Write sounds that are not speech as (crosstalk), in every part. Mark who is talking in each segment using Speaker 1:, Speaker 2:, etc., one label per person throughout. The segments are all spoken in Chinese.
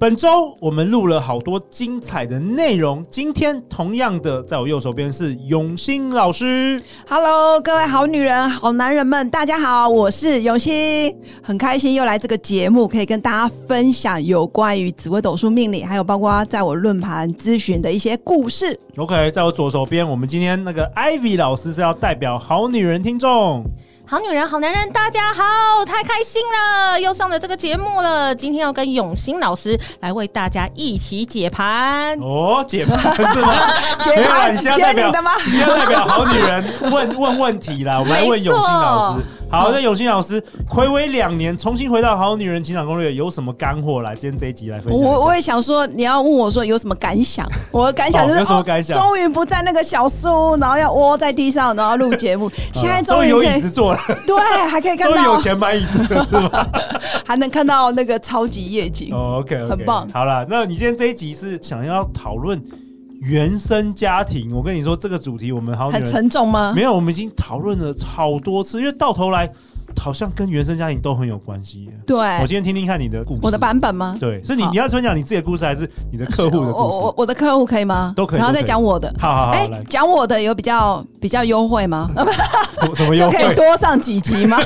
Speaker 1: 本周我们录了好多精彩的内容，今天同样的，在我右手边是永兴老师。
Speaker 2: Hello，各位好女人、好男人们，大家好，我是永熙，很开心又来这个节目，可以跟大家分享有关于紫微斗数命理，还有包括在我论盘咨询的一些故事。
Speaker 1: OK，在我左手边，我们今天那个 Ivy 老师是要代表好女人听众。
Speaker 3: 好女人，好男人，大家好！太开心了，又上了这个节目了。今天要跟永兴老师来为大家一起解盘。
Speaker 1: 哦，解盘是吗？
Speaker 2: 解
Speaker 1: (laughs) 没有啦
Speaker 2: 盘
Speaker 1: 你今天代
Speaker 2: 解
Speaker 1: 表
Speaker 2: 你的吗
Speaker 1: 你今天代表好女人
Speaker 2: (laughs)
Speaker 1: 问问问题啦，我们来问永兴老师
Speaker 3: 没。
Speaker 1: 好，那永兴老师，暌违两年，重新回到《好女人情场攻略》，有什么干货来？今天这一集来分享一下。
Speaker 2: 我我也想说，你要问我说有什么感想？我的感想就是，
Speaker 1: 哦有什么感想
Speaker 2: 哦终于不在那个小树屋，然后要窝在地上，然后录节
Speaker 1: (laughs)
Speaker 2: 目。现在
Speaker 1: 哦终
Speaker 2: 终
Speaker 1: 于
Speaker 2: 于
Speaker 1: 有
Speaker 2: 可
Speaker 1: 椅
Speaker 2: 以
Speaker 1: 子坐了，
Speaker 2: (laughs) 对，还可以看
Speaker 1: 终于有
Speaker 2: 到，
Speaker 1: 钱买椅子了，是
Speaker 2: (laughs)
Speaker 1: 吗
Speaker 2: 还能看到那个超级夜景。
Speaker 1: ？OK，
Speaker 2: 很棒
Speaker 1: 哦好啦，那你今天这一集是想要讨论原生家庭？我跟你说，这个主题我们好女
Speaker 2: 很
Speaker 1: 人
Speaker 2: 沉重吗？
Speaker 1: 没有，我们已经讨论了好多次，因为到头来好像跟原生家庭都很有关系耶。
Speaker 2: 对，
Speaker 1: 我今天听听看你的故事，
Speaker 2: 哎我的版本吗？
Speaker 1: 对，是你
Speaker 2: 好
Speaker 1: 你要分享你自己的故事，还是你的客户的
Speaker 2: 我
Speaker 1: 故
Speaker 2: 我
Speaker 1: 事？
Speaker 2: 我的客户可以吗？
Speaker 1: 都可以
Speaker 2: 然后
Speaker 1: 都可以
Speaker 2: 再讲我的。哎
Speaker 1: 好好好，来
Speaker 2: 讲我的有比较比较优
Speaker 1: (laughs)
Speaker 2: 惠吗？ (laughs) 啊不
Speaker 1: 什么什么优
Speaker 2: 就可以
Speaker 1: 惠？
Speaker 2: 多上几集
Speaker 1: (laughs)
Speaker 2: 吗？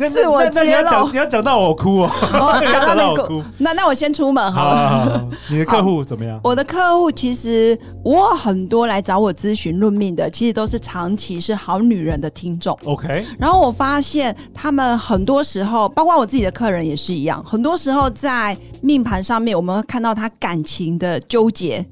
Speaker 1: 那
Speaker 2: 自我
Speaker 1: 那那你要
Speaker 2: 揭露
Speaker 1: 讲你要讲到我哭哦，
Speaker 2: 哦
Speaker 1: 你要
Speaker 2: 讲
Speaker 1: (laughs) 讲到
Speaker 2: 到那
Speaker 1: 我
Speaker 2: 个
Speaker 1: 哭。，
Speaker 2: 那那我先出门好
Speaker 1: 好，
Speaker 2: 了。
Speaker 1: 好好好你的客户怎么样？
Speaker 2: 我的客户其实我很多来找我咨询论命的，其实都是长期是好女人的听众。
Speaker 1: OK，
Speaker 2: 然后我发现他们很多时候，包括我自己的客人也是一样，很多时候在命盘上面，我们会看到他感情的纠结。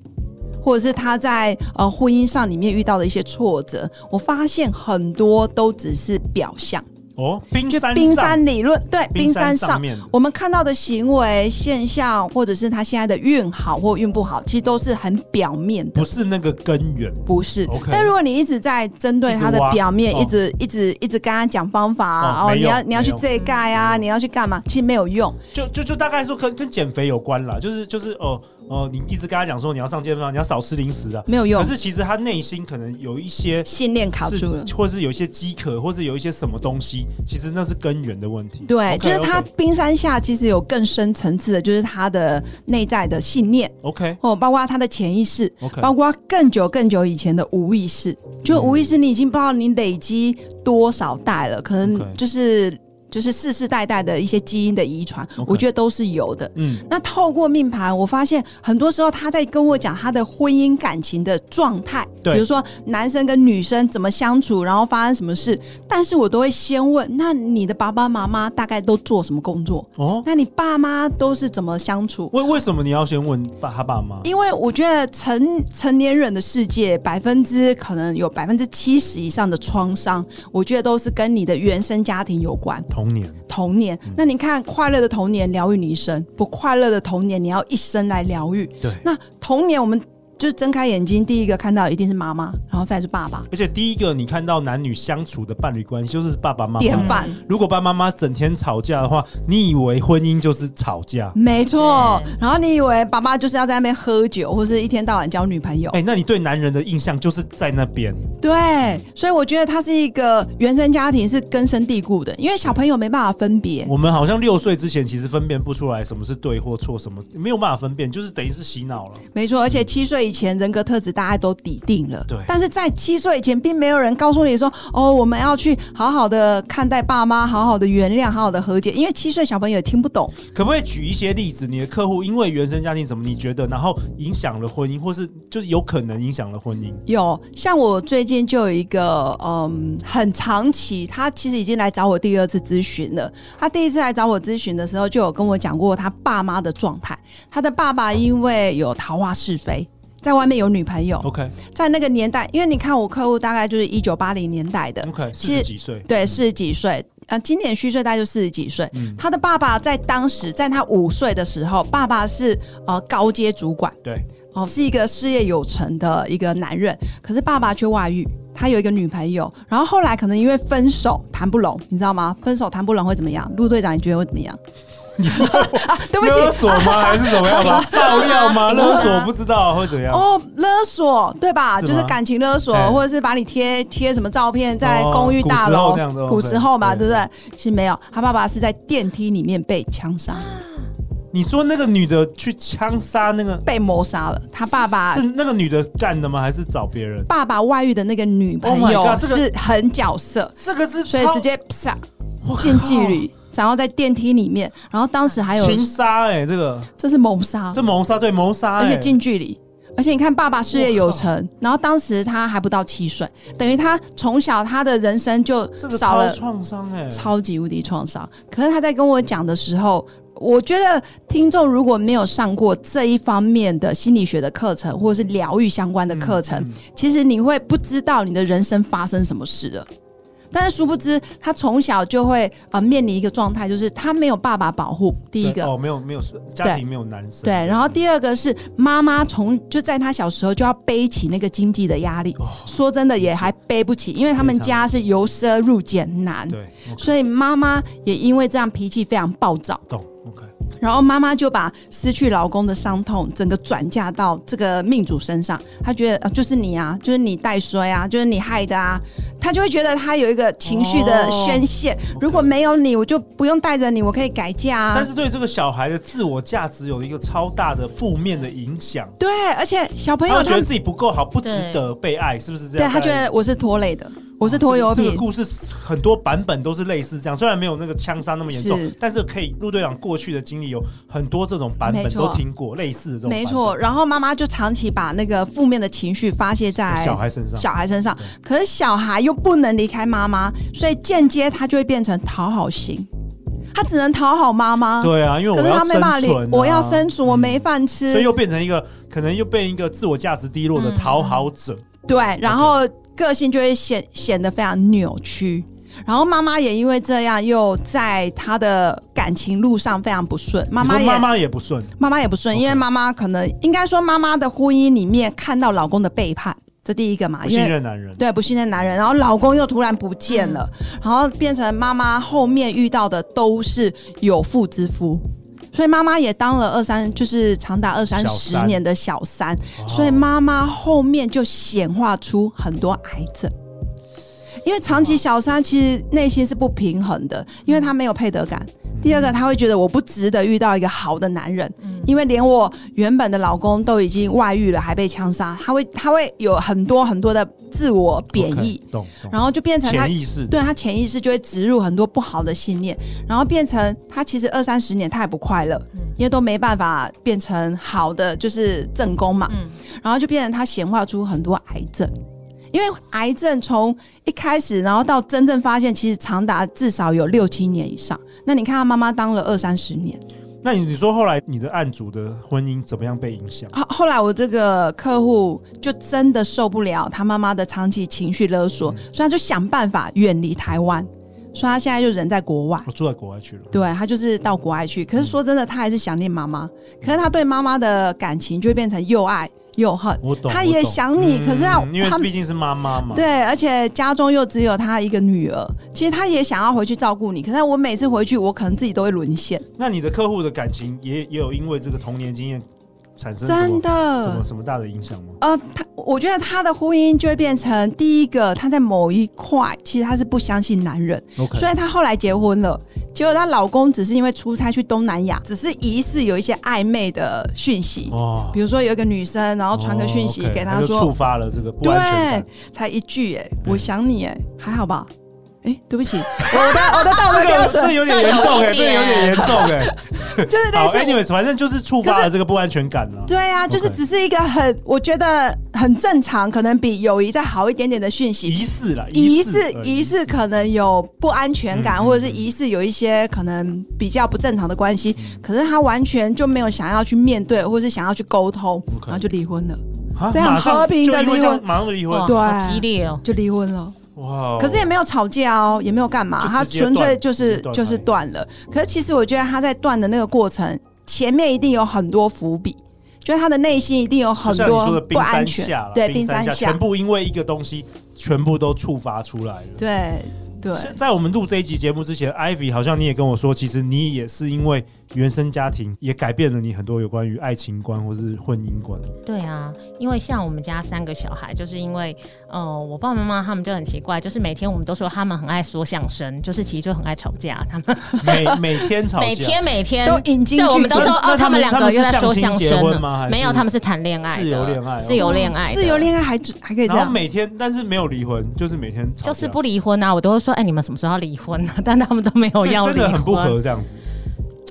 Speaker 2: 或者是他在呃婚姻上里面遇到的一些挫折，我发现很多都只是表象，
Speaker 1: 哦，冰
Speaker 2: 就
Speaker 1: 山上
Speaker 2: 冰山理论，对，
Speaker 1: 冰
Speaker 2: 冰
Speaker 1: 山
Speaker 2: 山
Speaker 1: 上
Speaker 2: 上
Speaker 1: 面的
Speaker 2: 我们看到的行为现象，或者是他现在的运好或运不好，其实都是很表面的
Speaker 1: 不，是那个根源。
Speaker 2: 不是。
Speaker 1: OK
Speaker 2: 但如果你一直在针对他
Speaker 1: 一
Speaker 2: 的
Speaker 1: 直挖
Speaker 2: 表面，
Speaker 1: 哦
Speaker 2: 一直一直一直跟他讲方法啊，
Speaker 1: 哦
Speaker 2: 哦，
Speaker 1: 没
Speaker 2: 你
Speaker 1: 用
Speaker 2: 要你要去
Speaker 1: 没用
Speaker 2: 这盖啊，你要去干嘛？其实没有用。
Speaker 1: 就就就大概说跟跟减肥有关啦，就是就是哦哦、你一直跟他讲说你要上健身房，你要少吃零食啊，
Speaker 2: 没有用
Speaker 1: 可是其实他内心可能有一些
Speaker 2: 信念卡住了。
Speaker 1: 是或是有一些饥渴，或是有一些什么东西，其实那是根源的问题。
Speaker 2: 对
Speaker 1: OK，
Speaker 2: 就是他
Speaker 1: OK，
Speaker 2: 冰山下其实有更深层次的，就是他的内在的信念，
Speaker 1: OK
Speaker 2: 哦，包括他的潜意识，
Speaker 1: OK，嗯
Speaker 2: 包括更久更久以前的无意识，就无意识你已经不知道你累积多少代了，可
Speaker 1: OK
Speaker 2: 能就是就是世世代代的一些基因的遗传
Speaker 1: OK
Speaker 2: 我觉得都是有的。
Speaker 1: 嗯
Speaker 2: 那透过命盘，我发现很多时候他在跟我讲他的婚姻感情的状态，
Speaker 1: 对
Speaker 2: 比如说男生跟女生怎么相处，然后发生什么事，但是我都会先问，那你的爸爸妈妈大概都做什么工作？
Speaker 1: 哦，
Speaker 2: 那你爸妈都是怎么相处？
Speaker 1: 为为什么你要先问爸他爸妈？
Speaker 2: 因为我觉得成成年人的世界，百分之可能有百分之七十以上的创伤，我觉得都是跟你的原生家庭有关。
Speaker 1: 童年
Speaker 2: 童年，
Speaker 1: 嗯
Speaker 2: 那你看快乐的童年疗愈你一生，不快乐的童年你要一生来疗愈。
Speaker 1: 对
Speaker 2: 那童年我们就是睁开眼睛，第一个看到一定是妈妈，然后再是爸爸，
Speaker 1: 而且第一个，你看到男女相处的伴侣关系，就是爸爸妈
Speaker 2: 典
Speaker 1: 妈。
Speaker 2: 范。
Speaker 1: 如果爸爸妈妈整天吵架的话，你以为婚姻就是吵架？
Speaker 2: 没错，然后你以为爸爸就是要在那边喝酒，或是一天到晚交女朋友，
Speaker 1: 哎、那你对男人的印象就是在那边，
Speaker 2: 对，所以我觉得它是一个原生家庭是根深蒂固的，因为小朋友没办法分别。
Speaker 1: 我们好像六岁之前其实分辨不出来什么是对或错，什么没有办法分辨，就是等于是洗脑了。
Speaker 2: 没错，而且七岁以前人格特质大家都底定了。
Speaker 1: 对
Speaker 2: 但是在七岁以前，并没有人告诉你说，哦，我们要去好好的看待爸妈，好好的原谅，好好的和解，因为七岁小朋友也听不懂。
Speaker 1: 可不可以举一些例子？你的客户因为原生家庭怎么你觉得，然后影响了婚姻，或是就是有可能影响了婚姻？
Speaker 2: 有像我最近就有一个，嗯，很长期，他其实已经来找我第二次咨询了。他第一次来找我咨询的时候，就有跟我讲过他爸妈的状态。他的爸爸因为有桃花是非，在外面有女朋友，
Speaker 1: OK
Speaker 2: 在那个年代，因为你看我客户大概就是一九八零年代的，
Speaker 1: OK，四
Speaker 2: 其
Speaker 1: 十
Speaker 2: 实
Speaker 1: 几岁，
Speaker 2: 对，四十几岁，呃，今年虚岁大概就四十几岁。他的爸爸在当时，在他五岁的时候，爸爸是呃高阶主管，
Speaker 1: 对，
Speaker 2: 哦，是一个事业有成的一个男人，可是爸爸却外遇，他有一个女朋友，然后后来可能因为分手谈不拢，你知道吗？分手谈不拢会怎么样？陆队长，你觉得会怎么样？啊，对不
Speaker 1: 勒
Speaker 2: 起。
Speaker 1: 索吗？
Speaker 2: (laughs)
Speaker 1: 还是怎么样吗？爆料吗？
Speaker 3: 情杀
Speaker 1: 勒索不知道会怎样？
Speaker 2: 哦，勒索对吧？
Speaker 1: 啊是吗
Speaker 2: 就是感情勒索
Speaker 1: 哎，
Speaker 2: 或者是把你贴贴什么照片在
Speaker 1: 哦
Speaker 2: 公寓大
Speaker 1: 古时候
Speaker 2: 楼
Speaker 1: 那样子哦，
Speaker 2: 古时候嘛，
Speaker 1: 对
Speaker 2: 对不对？是没有，他爸爸是在电梯里面被枪杀，
Speaker 1: 你说那个女的去枪杀那个
Speaker 2: 被谋杀了。他爸爸
Speaker 1: 是是那个女的干的吗？还是找别人？
Speaker 2: 爸爸外遇的那个女
Speaker 1: Oh
Speaker 2: 朋
Speaker 1: my
Speaker 2: 友
Speaker 1: God，这个
Speaker 2: 是狠角色，
Speaker 1: 这个是
Speaker 2: 所以
Speaker 1: 超
Speaker 2: 直接啪近距离，然后在电梯里面，然后当时还有
Speaker 1: 情杀哎，这个
Speaker 2: 这是谋杀，
Speaker 1: 这谋杀对谋杀
Speaker 2: 啊而
Speaker 1: 欸，
Speaker 2: 且近距离。而且你看，爸爸事业有成，然后当时他还不到七岁，等于他从小他的人生就
Speaker 1: 这个
Speaker 2: 少
Speaker 1: 超
Speaker 2: 了
Speaker 1: 创伤哎，
Speaker 2: 超级无敌创伤。可是他在跟我讲的时候，我觉得听众如果没有上过这一方面的心理学的课程，或者是疗愈相关的课程，
Speaker 1: 嗯
Speaker 2: 其实你会不知道你的人生发生什么事了。但是殊不知，他从小就会呃面临一个状态，就是他没有爸爸保护。第一
Speaker 1: 对
Speaker 2: 个，
Speaker 1: 哦，没有没有是家庭没有男生，
Speaker 2: 对，然后第二个是妈妈从就在他小时候就要背起那个经济的压力。
Speaker 1: 哦
Speaker 2: 说真的，也还背不起，因为他们
Speaker 1: 非常
Speaker 2: 家是由奢入俭难。
Speaker 1: 对，
Speaker 2: 所以妈妈也因为这样脾气非常暴躁，
Speaker 1: 懂 OK，
Speaker 2: 然后妈妈就把失去老公的伤痛整个转嫁到这个命主身上，她觉得、呃、就是你啊，就是你带衰啊，就是你害的啊，她就会觉得她有一个情绪的宣泄，
Speaker 1: 哦
Speaker 2: 如果没有你，我就不用带着你，我可以改嫁啊。
Speaker 1: 但是对这个小孩的自我价值有一个超大的负面的影响，
Speaker 2: 对，而且小朋
Speaker 1: 他
Speaker 2: 友
Speaker 1: 会觉
Speaker 2: 他
Speaker 1: 得自己不够好，不值得被爱，是不是这
Speaker 2: 对
Speaker 1: 样？
Speaker 2: 他觉得我是拖累的，我是拖油
Speaker 1: 啊这个
Speaker 2: 瓶
Speaker 1: 这个，故事很多版本都是类似这样，虽然没有那个枪杀那么严重
Speaker 2: 是，
Speaker 1: 但是可以陆队长过去的经历有很多这种版本
Speaker 2: 没错
Speaker 1: 都听过类似的这种版本，
Speaker 2: 没错。然后妈妈就长期把那个负面的情绪发泄在
Speaker 1: 小孩身上
Speaker 2: 小孩身上，可是小孩又不能离开妈妈，
Speaker 1: 嗯
Speaker 2: 所以间接他就会变成讨好型，他只能讨好妈妈。
Speaker 1: 对啊，因为
Speaker 2: 可
Speaker 1: 我
Speaker 2: 是
Speaker 1: 要
Speaker 2: 他没
Speaker 1: 生
Speaker 2: 办法离
Speaker 1: 存啊，，嗯
Speaker 2: 我要生存，我没饭
Speaker 1: 所以
Speaker 2: 吃。
Speaker 1: 又变成一个可能又被一个自我价值低落的讨好者，
Speaker 2: 对，然后个性就会显显得非常扭曲。然后妈妈也因为这样，又在她的感情路上非常不顺。妈
Speaker 1: 你
Speaker 2: 妈
Speaker 1: 说
Speaker 2: 也
Speaker 1: 妈妈也不顺，
Speaker 2: 妈妈也不顺，
Speaker 1: OK
Speaker 2: 因为妈妈可能应该说妈妈的婚姻里面看到老公的背叛，这第一个嘛，
Speaker 1: 不
Speaker 2: 因
Speaker 1: 信
Speaker 2: 为
Speaker 1: 任男人，嗯
Speaker 2: 对，不信任男人，然后老公又突然不见了，然后变成妈妈后面遇到的都是有妇之夫，所以妈妈也当了二三，就是长达二三
Speaker 1: 小
Speaker 2: 十
Speaker 1: 三
Speaker 2: 年的小三，
Speaker 1: 哦
Speaker 2: 所以妈妈后面就显化出很多癌症。因为长期小三其实内心是不平衡的，因为她没有配得感。第二个，她会觉得我不值得遇到一个好的男人，因为连我原本的老公都已经外遇了，还被枪杀，她会她会有很多很多的自我贬义
Speaker 1: OK，懂懂。
Speaker 2: 然后就变成她
Speaker 1: 潜意识
Speaker 2: 对她潜意识就会植入很多不好的信念，然后变成她其实二三十年她也不快乐，因为都没办法变成好的就是正宫嘛，
Speaker 3: 嗯
Speaker 2: 然后就变成她显化出很多癌症，因为癌症从一开始，然后到真正发现，其实长达至少有六七年以上。那你看她妈妈当了二三十年，
Speaker 1: 那你你说后来你的案主的婚姻怎么样被影响？
Speaker 2: 后后来我这个客户就真的受不了他妈妈的长期情绪勒索，所以他就想办法远离台湾，所以他现在就人在国外。
Speaker 1: 我住在国外去了，
Speaker 2: 对他就是到国外
Speaker 1: 嗯
Speaker 2: 去，可是说真的，他还是想念妈妈。可是他对妈妈的感情就会变成又爱又恨。
Speaker 1: 我懂。
Speaker 2: 他
Speaker 1: 我
Speaker 2: 也
Speaker 1: 懂
Speaker 2: 想你，可是他
Speaker 1: 嗯因为
Speaker 2: 他
Speaker 1: 毕竟是妈妈嘛，
Speaker 2: 对，而且家中又只有他一个女儿，其实他也想要回去照顾你。可是我每次回去，我可能自己都会沦陷，
Speaker 1: 那你的客户的感情也也有因为这个童年经验产生什
Speaker 2: 真
Speaker 1: 么什
Speaker 2: 的
Speaker 1: 么。什么大的影响吗？
Speaker 2: 呃，他我觉得他的婚姻就会变成第一个，他在某一块其实他是不相信男人
Speaker 1: OK
Speaker 2: 所以她后来结婚了，结果她老公只是因为出差去东南亚，只是疑似有一些暧昧的讯息，
Speaker 1: 哦，
Speaker 2: 比如说有一个女生，然后传个讯息
Speaker 1: 哦，OK，
Speaker 2: 给
Speaker 1: 他
Speaker 2: 他
Speaker 1: 就
Speaker 2: 说，
Speaker 1: 触发了这个不安全
Speaker 2: 对
Speaker 1: 感。，
Speaker 2: 才一句哎、我想你哎、还好吧？哎、对不起， (laughs) 我的我的道德 (laughs) 标
Speaker 1: 这
Speaker 2: 准
Speaker 1: 有点严重哎，这
Speaker 3: 这有一点
Speaker 1: 有点严重哎。
Speaker 2: 就是类
Speaker 1: 好哎
Speaker 2: 似
Speaker 1: ，anyways，反正就是触发了这个不安全感了。
Speaker 2: 对啊，就是
Speaker 1: OK
Speaker 2: 只是一个很我觉得很正常，可能比友谊再好一点点的讯息。
Speaker 1: 疑似啦，
Speaker 2: 疑
Speaker 1: 似
Speaker 2: 似
Speaker 1: 呃
Speaker 2: 疑似可能有不安全感，
Speaker 1: 嗯
Speaker 2: 或者是疑似有一些可能比较不正常的
Speaker 1: 嗯
Speaker 2: 关系，可是他完全就没有想要去面对，或是想要去沟通
Speaker 1: OK，
Speaker 2: 然后就离婚了。
Speaker 1: 啊
Speaker 2: 非常
Speaker 1: 马上
Speaker 2: 和平
Speaker 1: 就
Speaker 2: 的
Speaker 1: 因为
Speaker 2: 离
Speaker 1: 这样
Speaker 2: 婚
Speaker 1: 马上就离婚
Speaker 3: 哇，
Speaker 2: 对
Speaker 3: 好激烈哦。
Speaker 2: 就离婚了。
Speaker 1: 哇！哦
Speaker 2: 可是也没有吵架哦，也没有干嘛，
Speaker 1: 就直接
Speaker 2: 他纯粹就
Speaker 1: 断直
Speaker 2: 是
Speaker 1: 接断
Speaker 2: 就是断了。可是其实我觉得他在断的那个过程，前面一定有很多伏笔，就是他的内心一定有
Speaker 1: 就
Speaker 2: 很
Speaker 1: 像你说
Speaker 2: 多
Speaker 1: 的
Speaker 2: 不
Speaker 1: 冰
Speaker 2: 安
Speaker 1: 山
Speaker 2: 全
Speaker 1: 下啦，，
Speaker 2: 对
Speaker 1: 冰
Speaker 2: 冰山
Speaker 1: 下，
Speaker 2: 下
Speaker 1: 全，部因为一个东西，全部都触发出来了。
Speaker 2: 对对
Speaker 1: 是在我们录这一集节目之前，Ivy 好像你也跟我说，其实你也是因为原生家庭也改变了你很多有关于爱情观或是婚姻
Speaker 3: (laughs)
Speaker 1: 观。
Speaker 3: 对啊，因为像我们家三个小孩，就是因为呃，我爸爸妈妈他们就很奇怪，就是每天我们都说他们很爱说相声，就是其实就很爱吵架，他们
Speaker 1: 每每天吵架，
Speaker 3: 每天每天
Speaker 2: 都引进
Speaker 3: 对，我们都
Speaker 2: 剧
Speaker 3: 说
Speaker 2: 本
Speaker 1: 那
Speaker 3: 哦，
Speaker 1: 他
Speaker 3: 他
Speaker 1: 们
Speaker 3: 们两
Speaker 1: 他们
Speaker 3: 个
Speaker 1: 是
Speaker 3: 又在说
Speaker 1: 相
Speaker 3: 相
Speaker 1: 亲结
Speaker 3: 声
Speaker 1: 婚
Speaker 3: 了
Speaker 1: 吗还是
Speaker 3: 没有，他们是谈恋爱的，
Speaker 1: 自由恋爱哦
Speaker 3: 自由恋爱的，
Speaker 2: 自由恋爱还只还可以这
Speaker 1: 然后
Speaker 2: 样，
Speaker 1: 每天，但是没有离婚，就是每天吵架，
Speaker 3: 就是不离婚啊！我都会说，哎、你们什么时候要离婚啊？ (laughs) 但他们都没有
Speaker 1: 所以
Speaker 3: 要
Speaker 1: 真
Speaker 3: 离
Speaker 1: 的很不合
Speaker 3: 婚。
Speaker 1: 这样子，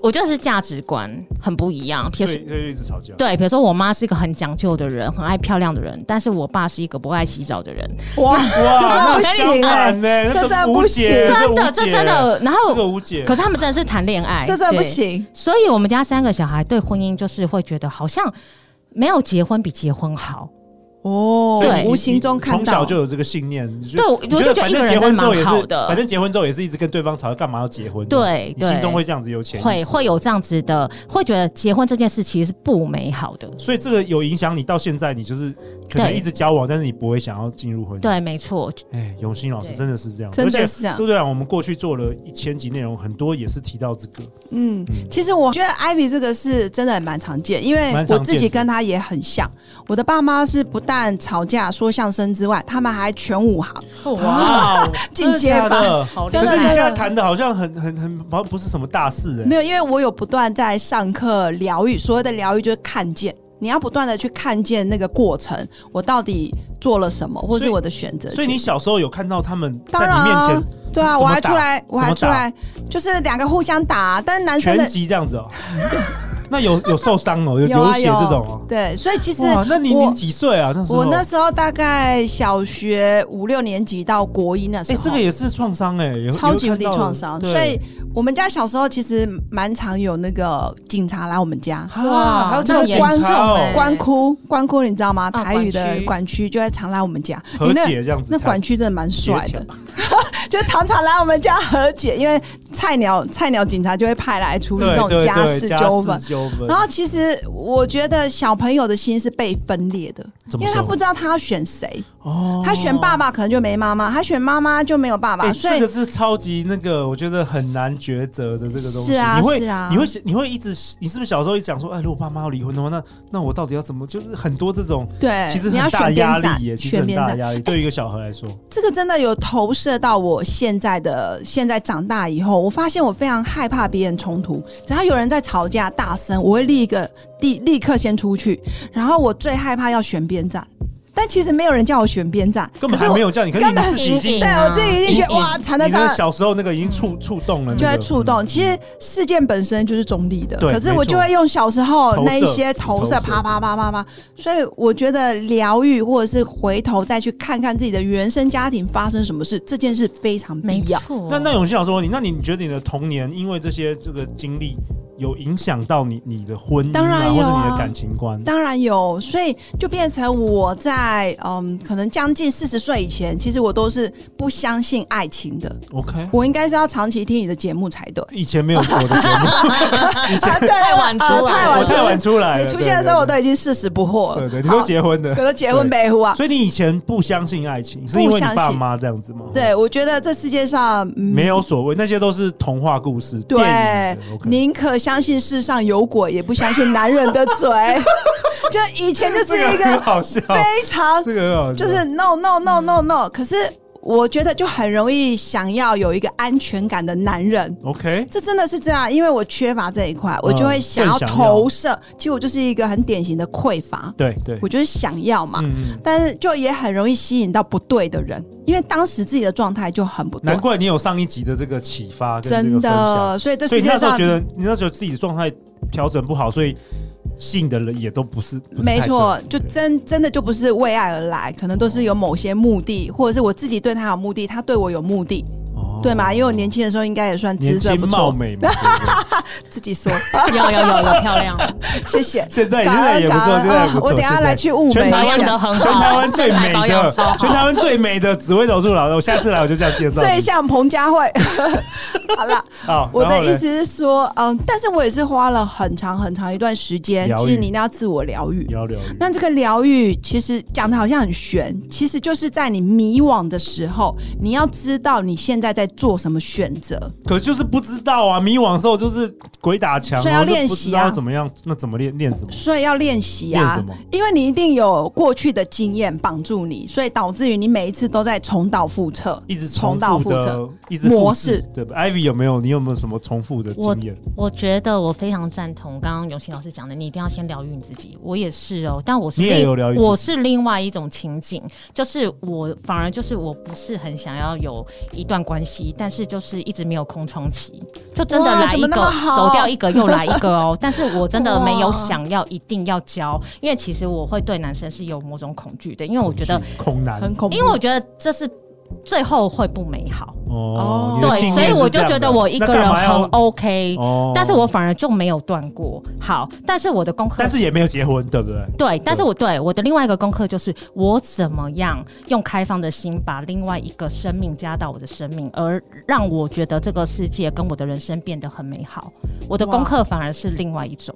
Speaker 3: 我觉得是价值观很不一样。比
Speaker 1: 所
Speaker 3: 如说，
Speaker 1: 以所以一直吵架。
Speaker 3: 对，比如说我妈是一个很讲究的人，很爱漂亮的人，但是我爸是一个不爱洗澡的人，
Speaker 2: 哇，
Speaker 1: 哇，
Speaker 2: 这真的不行
Speaker 1: 哎、
Speaker 2: 哎，
Speaker 1: 欸，
Speaker 2: 这真的
Speaker 1: 无
Speaker 2: 不行
Speaker 1: 解
Speaker 3: 真的，
Speaker 1: 哎无
Speaker 3: 这
Speaker 1: 解
Speaker 3: 真的。然
Speaker 1: 这
Speaker 3: 后，
Speaker 1: 个无解。
Speaker 3: 可是他们真的是谈恋爱，
Speaker 2: 这真的不
Speaker 3: 对。
Speaker 2: 行，
Speaker 3: 所以我们家三个小孩对婚姻就是会觉得好像没有结婚比结婚好。
Speaker 2: 哦
Speaker 1: 所以
Speaker 3: 对
Speaker 1: 你
Speaker 2: 无形中看
Speaker 1: 从小
Speaker 2: 到
Speaker 1: 就有这个信念，你觉
Speaker 3: 对，
Speaker 1: 得
Speaker 3: 我我就
Speaker 1: 你
Speaker 3: 觉得
Speaker 1: 反
Speaker 3: 一个
Speaker 1: 正结
Speaker 3: 人
Speaker 1: 婚
Speaker 3: 真
Speaker 1: 之
Speaker 3: 的
Speaker 1: 后也
Speaker 3: 蛮
Speaker 1: 是
Speaker 3: 好的。
Speaker 1: 反正结婚之后也是一直跟对方吵架，干嘛要结婚？嗯
Speaker 3: 对
Speaker 1: 你心
Speaker 3: 对
Speaker 1: 中会这样子有潜意识
Speaker 3: 会会有这样子的，会觉得结婚这件事其实是不美好的。
Speaker 1: 所以这个有影响你到现在，你就是可能
Speaker 3: 对
Speaker 1: 一直交往，但是你不会想要进入婚姻。，
Speaker 3: 对，没错，
Speaker 1: 哎，永新老师
Speaker 3: 对
Speaker 1: 真的是这样，
Speaker 2: 真
Speaker 1: 而
Speaker 2: 的
Speaker 1: 且
Speaker 2: 是这样
Speaker 1: 陆。队长，我们过去做了一千集内容，很多也是提到这个，
Speaker 2: 嗯，其实我觉得 Ivy 这个是真的蛮常见，因为
Speaker 1: 蛮常见
Speaker 2: 我
Speaker 1: 的
Speaker 2: 自己跟他也很像。我的爸妈是不但吵架说相声之外，他们还全武行啊
Speaker 1: 哇，
Speaker 2: 进阶
Speaker 1: 真的假
Speaker 2: 版。
Speaker 1: 的。
Speaker 3: 好厉
Speaker 2: 真
Speaker 1: 可
Speaker 2: 的
Speaker 1: 是你
Speaker 3: 害！
Speaker 1: 现在谈的好像很很很好像不是什么大事哎、
Speaker 2: 没有，因为我有不断在上课疗愈，所谓的疗愈就是看见，你要不断的去看见那个过程，我到底做了什么，或
Speaker 1: 所以
Speaker 2: 是我的选择。
Speaker 1: 所以你小时候有看到他们在
Speaker 2: 当然
Speaker 1: 你面
Speaker 2: 啊
Speaker 1: 前
Speaker 2: 对啊，
Speaker 1: 怎么
Speaker 2: 我还
Speaker 1: 打
Speaker 2: 出来，我还
Speaker 1: 怎
Speaker 2: 出
Speaker 1: 么打
Speaker 2: 来，就是两个互相打，但是男生
Speaker 1: 全
Speaker 2: 的
Speaker 1: 集这样子
Speaker 2: (laughs)
Speaker 1: 哦、那有有受伤哦、有
Speaker 2: 有
Speaker 1: 流
Speaker 2: 啊
Speaker 1: 血
Speaker 2: 有
Speaker 1: 这种哦、
Speaker 2: 对，所以其实
Speaker 1: 哇，那你
Speaker 2: 我
Speaker 1: 你几岁啊？那时候
Speaker 2: 我那时候大概小学五六年级到国一那时
Speaker 1: 哎、
Speaker 2: 候，
Speaker 1: 这个也是创伤哎，有
Speaker 2: 超级无敌
Speaker 1: 有看到
Speaker 2: 创伤。
Speaker 1: 对
Speaker 2: 所以我们家小时候其实蛮常有那个警察来我们家。
Speaker 1: 哇，啊还有这
Speaker 2: 那
Speaker 1: 种
Speaker 2: 个
Speaker 1: 警
Speaker 2: 观
Speaker 1: 察哦
Speaker 3: 众哎
Speaker 2: 关哭，关哭，你知道吗？
Speaker 3: 啊
Speaker 2: 台语
Speaker 3: 管
Speaker 2: 的
Speaker 3: 区
Speaker 2: 管区就会常来我们家。
Speaker 1: 和
Speaker 2: 你那
Speaker 1: 解这样子
Speaker 2: 那
Speaker 1: 谈，
Speaker 2: 管区真的蛮帅
Speaker 1: 协
Speaker 2: 的， (laughs) 就常常来我们家和解，因为菜鸟菜鸟警察就会派来处理这
Speaker 1: 对
Speaker 2: 种
Speaker 1: 对
Speaker 2: 家
Speaker 1: 对
Speaker 2: 事
Speaker 1: 家
Speaker 2: 纠纷
Speaker 1: 事。纠纷
Speaker 2: 然后其实我觉得小朋友的心是被分裂的，
Speaker 1: 怎么
Speaker 2: 因为他
Speaker 1: 说
Speaker 2: 不知道他要选谁。
Speaker 1: 哦
Speaker 2: 他选爸爸可能就没妈妈，他选妈妈就没有爸爸，
Speaker 1: 哎
Speaker 2: 所
Speaker 1: 这
Speaker 2: 以
Speaker 1: 个是超级那个，我觉得很难抉择的这个东西。
Speaker 2: 是啊
Speaker 1: 你会
Speaker 2: 是啊
Speaker 1: 你会你会一直，你是不是小时候一直讲说，哎，如果爸妈要离婚的话，那那我到底要怎么？就是很多这种，
Speaker 2: 对，
Speaker 1: 其实
Speaker 2: 你
Speaker 1: 很
Speaker 2: 要
Speaker 1: 大
Speaker 2: 选
Speaker 1: 压
Speaker 2: 边
Speaker 1: 力耶，
Speaker 2: 站，
Speaker 1: 其实
Speaker 2: 选
Speaker 1: 很
Speaker 2: 边
Speaker 1: 大的
Speaker 2: 站，
Speaker 1: 压力，对于一个小孩来说，
Speaker 2: 这个真的有投射到我现在的现在长大以后，我发现我非常害怕别人冲突，只要有人在吵架大声，我会立一个立立刻先出去，然后我最害怕要选边站，但其实没有人叫我选边站，
Speaker 1: 根本
Speaker 2: 可
Speaker 1: 还
Speaker 2: 是我
Speaker 1: 没有叫你，可是
Speaker 2: 根
Speaker 1: 你
Speaker 2: 本
Speaker 1: 自己已经
Speaker 3: 隐
Speaker 2: 对我自己已经觉得
Speaker 3: 隐隐
Speaker 2: 哇，惨了
Speaker 1: 你
Speaker 2: 惨
Speaker 1: 那
Speaker 2: 了
Speaker 1: 个。小时候那个已经触触动了，
Speaker 2: 就会
Speaker 1: 那个
Speaker 2: 触动。
Speaker 1: 嗯
Speaker 2: 其实事件本身就是中立的，
Speaker 1: 对
Speaker 2: 可是
Speaker 1: 没
Speaker 2: 我
Speaker 1: 错
Speaker 2: 就会用小时候
Speaker 1: 投射
Speaker 2: 那一些投射
Speaker 1: 投射
Speaker 2: 啪啪啪啪啪。所以我觉得疗愈或者是回头再去看看自己的原生家庭发生什么事，这件事非常必
Speaker 3: 没
Speaker 2: 要。
Speaker 3: 错。
Speaker 1: 那那永信老师问你，那你觉得你的童年因为这些这个经历有影响到你你的婚姻、啊、
Speaker 2: 当然
Speaker 1: 或
Speaker 2: 有
Speaker 1: 者
Speaker 2: 啊
Speaker 1: 你的感情观？
Speaker 2: 当然有，所以就变成我在嗯，可能将近四十岁以前，其实我都是不相信爱情的。
Speaker 1: OK，
Speaker 2: 我应该是要长期听你的节目才对。
Speaker 1: 以前没有过我的节
Speaker 2: (laughs)
Speaker 1: 目，
Speaker 2: 啊，对，
Speaker 3: 太晚
Speaker 2: 呃
Speaker 3: 出来了
Speaker 2: 太
Speaker 1: 我
Speaker 2: 晚出
Speaker 1: 太晚出来了。
Speaker 2: (laughs) 你出现的时候，我
Speaker 1: 对
Speaker 2: 都已经四十不惑了。
Speaker 1: 对对，你都
Speaker 2: 好
Speaker 1: 结婚的，
Speaker 2: 可都结婚没啊。
Speaker 1: 所以你以前不相信爱情，是因为你爸妈这样子吗？，
Speaker 2: 对，我觉得这世界上、嗯、
Speaker 1: 没有所谓，那些都是童话故事、电影
Speaker 2: 对
Speaker 1: 的。OK
Speaker 2: 宁可相信世上有鬼，也不相信男人的
Speaker 1: (laughs)
Speaker 2: 嘴。就以前就是
Speaker 1: 这
Speaker 2: 一
Speaker 1: 个很
Speaker 2: 个
Speaker 1: 好笑，
Speaker 2: 非常
Speaker 1: 这个很好笑，
Speaker 2: 就是 no no no no no，可是我觉得就很容易想要有一个安全感的男人。
Speaker 1: OK，
Speaker 2: 这真的是这样，因为我缺乏这一块，我就会想
Speaker 1: 更
Speaker 2: 要
Speaker 1: 嗯想要
Speaker 2: 投射。其实我就是一个很典型的匮乏，
Speaker 1: 对对，
Speaker 2: 我就是想要嘛，
Speaker 1: 嗯嗯，
Speaker 2: 但是就也很容易吸引到不对的人，因为当时自己的状态就很不对
Speaker 1: 难。怪你有上一集的这个启发跟这个
Speaker 2: 真
Speaker 1: 分享。
Speaker 2: 的，所以这
Speaker 1: 所以
Speaker 2: 世
Speaker 1: 你那
Speaker 2: 界
Speaker 1: 时候
Speaker 2: 上
Speaker 1: 觉得你那时候自己的状态调整不好，所以信的人也都不是，不是
Speaker 2: 没
Speaker 1: 太
Speaker 2: 错，
Speaker 1: 对
Speaker 2: 就
Speaker 1: 对
Speaker 2: 真真的就不是为爱而来，可能都是有某些目的，或者是我自己对他有目的，他对我有目的，
Speaker 1: 哦
Speaker 2: 对嘛？因为我年轻的时候应该也算
Speaker 1: 年
Speaker 2: 姿色
Speaker 1: 轻
Speaker 2: 不
Speaker 1: 貌
Speaker 2: 错，
Speaker 1: 美嘛，对
Speaker 2: (laughs)
Speaker 1: 不对
Speaker 2: 自己说，啊
Speaker 3: (laughs) 有有有有漂亮，
Speaker 1: 哎
Speaker 2: 谢谢。
Speaker 1: 现在
Speaker 2: 感
Speaker 1: 现在
Speaker 2: 恩
Speaker 1: 也不
Speaker 2: 感
Speaker 1: 错，
Speaker 2: 恩
Speaker 1: 现在也不
Speaker 2: 啊！
Speaker 1: 错。
Speaker 2: 我等一下
Speaker 1: 现在
Speaker 2: 来去物美
Speaker 1: 全
Speaker 2: 一
Speaker 1: 台
Speaker 3: 保养
Speaker 2: 下
Speaker 3: 的，很好，
Speaker 1: 全台湾最
Speaker 3: 身材
Speaker 1: 美
Speaker 3: 保养
Speaker 1: 的
Speaker 3: 超，
Speaker 1: 全
Speaker 3: 好。
Speaker 1: 台湾最美的紫薇斗数老师，我下次来我就这样介绍
Speaker 2: 最
Speaker 1: 你。
Speaker 2: 像彭佳慧。 (laughs) 好了，
Speaker 1: 好，(laughs)
Speaker 2: 我
Speaker 1: 然
Speaker 2: 的
Speaker 1: 后
Speaker 2: 意
Speaker 1: 嘞
Speaker 2: 思是说，嗯，但是我也是花了很长很长一段时间，
Speaker 1: 疗愈
Speaker 2: 其实你一定要自我疗愈
Speaker 1: 也。要疗愈，
Speaker 2: 那这个疗愈其实讲的好像很玄，其实就是在你迷惘的时候，你要知道你现在在做什么选择。
Speaker 1: 可是就是不知道啊，迷惘的时候就是鬼打墙，
Speaker 2: 所以
Speaker 1: 然后
Speaker 2: 要
Speaker 1: 就
Speaker 2: 练
Speaker 1: 不
Speaker 2: 习
Speaker 1: 知道
Speaker 2: 啊
Speaker 1: 怎么样？那怎么练？练什么？
Speaker 2: 所以要练习
Speaker 1: 练什
Speaker 2: 啊
Speaker 1: 么，
Speaker 2: 因为你一定有过去的经验绑住你，所以导致于你每一次都在重蹈覆辙，
Speaker 1: 一直重
Speaker 2: 重蹈
Speaker 1: 复
Speaker 2: 覆辙。
Speaker 1: 的，一直复制
Speaker 2: 模式。
Speaker 1: 对吧？Ivy 有没有？你有没有什么重复的经验？
Speaker 3: 我觉得我非常赞同刚刚永琪老师讲的，你一定要先疗愈你自己。我也是哦，但我是
Speaker 1: 你也
Speaker 3: 另
Speaker 1: 有疗愈自己
Speaker 3: 我是另外一种情景，就是我反而就是我不是很想要有一段关系，但是就是一直没有空窗期，就真的
Speaker 2: 哇
Speaker 3: 来
Speaker 2: 怎
Speaker 3: 一
Speaker 2: 么那么
Speaker 3: 个
Speaker 2: 好
Speaker 3: 走掉一个又来一个哦。但是我真的没有想要一定要交，因为其实我会对男生是有某种恐惧的，因为我觉得，
Speaker 1: 恐难
Speaker 2: 很恐怖，
Speaker 3: 因为我觉得这是最后会不美好。
Speaker 1: 哦
Speaker 2: 哦，
Speaker 1: 你的
Speaker 3: 对，
Speaker 1: 信念
Speaker 3: 所以
Speaker 1: 是
Speaker 3: 我
Speaker 1: 这
Speaker 3: 就
Speaker 1: 样
Speaker 3: 觉得
Speaker 1: 的
Speaker 3: 我一
Speaker 1: 那
Speaker 3: 个
Speaker 1: 干
Speaker 3: 人
Speaker 1: 嘛
Speaker 3: 很
Speaker 1: 要
Speaker 3: OK，
Speaker 1: 哦
Speaker 3: 但是我反而就没有断过。好，但是我的功课，
Speaker 1: 但是也没有结婚，对不对？
Speaker 3: 对，但是我对我的另外一个功课就是，我怎么样用开放的心把另外一个生命加到我的生命，而让我觉得这个世界跟我的人生变得很美好。我的
Speaker 2: 哇
Speaker 3: 功课反而是另外一种，